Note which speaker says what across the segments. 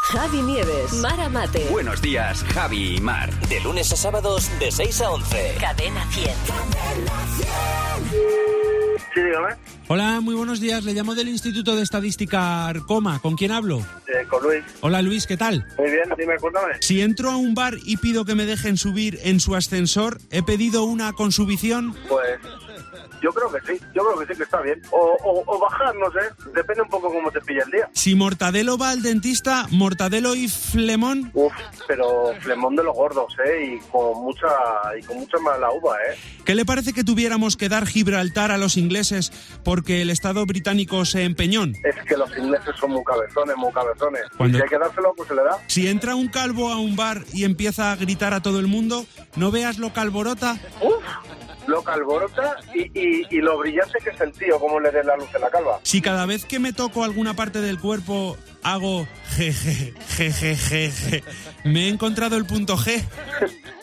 Speaker 1: Javi Nieves, Mara Mate,
Speaker 2: Buenos días, Javi y Mar.
Speaker 3: De lunes a sábados de 6 a 11.
Speaker 1: Cadena 100.
Speaker 4: Sí, dígame.
Speaker 5: Hola, muy buenos días. Le llamo del Instituto de Estadística Arcoma. ¿Con quién hablo?
Speaker 4: Eh, con Luis.
Speaker 5: Hola Luis, ¿qué tal?
Speaker 4: Muy bien, dime, cuéntame.
Speaker 5: Si entro a un bar y pido que me dejen subir en su ascensor, ¿he pedido una con subición?
Speaker 4: Pues yo creo que sí, yo creo que sí que está bien. O, o, o bajar, no sé, depende un poco cómo te pilla el día.
Speaker 5: Si Mortadelo va al dentista, Mortadelo y Flemón.
Speaker 4: Uf, pero flemón de los gordos, ¿eh? Y con mucha, y con mucha mala uva, ¿eh?
Speaker 5: ¿Qué le parece que tuviéramos que dar Gibraltar a los ingleses porque el Estado británico se empeñó?
Speaker 4: Es que los ingleses son muy cabezones, muy cabezones.
Speaker 5: Cuando-
Speaker 4: Si hay que dárselo, pues se le da.
Speaker 5: Si entra un calvo a un bar y empieza a gritar a todo el mundo, ¿no veas lo calborota?
Speaker 4: Uf, lo calborota y, y, y lo brillante que es el tío, cómo le den la luz en la calva.
Speaker 5: Si cada vez que me toco alguna parte del cuerpo hago jeje, jeje, jeje, me he encontrado el punto G.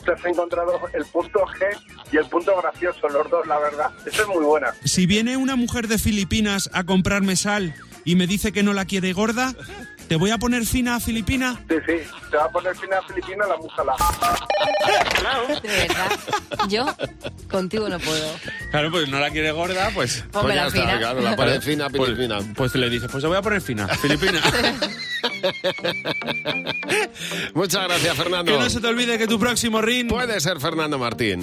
Speaker 4: Te has encontrado el punto G y el punto gracioso, los dos, la verdad. Eso es muy buena.
Speaker 5: Si viene una mujer de Filipinas a comprarme sal y me dice que no la quiere gorda, ¿te voy a poner fina a Filipina?
Speaker 4: Sí, sí, te va a poner fin a Filipina la musala.
Speaker 6: De verdad. Yo contigo no puedo.
Speaker 7: Claro, pues no la quiere gorda, pues.
Speaker 6: Ponme
Speaker 7: pues
Speaker 6: la fina.
Speaker 7: claro,
Speaker 6: Pon-
Speaker 7: pones-
Speaker 8: fina,
Speaker 7: pues-
Speaker 8: filipina.
Speaker 7: Pues, le dices, pues te voy a poner fina, filipina.
Speaker 8: Muchas gracias, Fernando.
Speaker 5: Que no se te olvide que tu próximo ring...
Speaker 8: Puede ser Fernando Martín.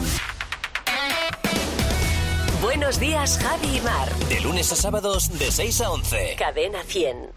Speaker 1: Buenos días, Javi y Mar.
Speaker 3: De lunes a sábados de 6 a 11.
Speaker 1: Cadena 100.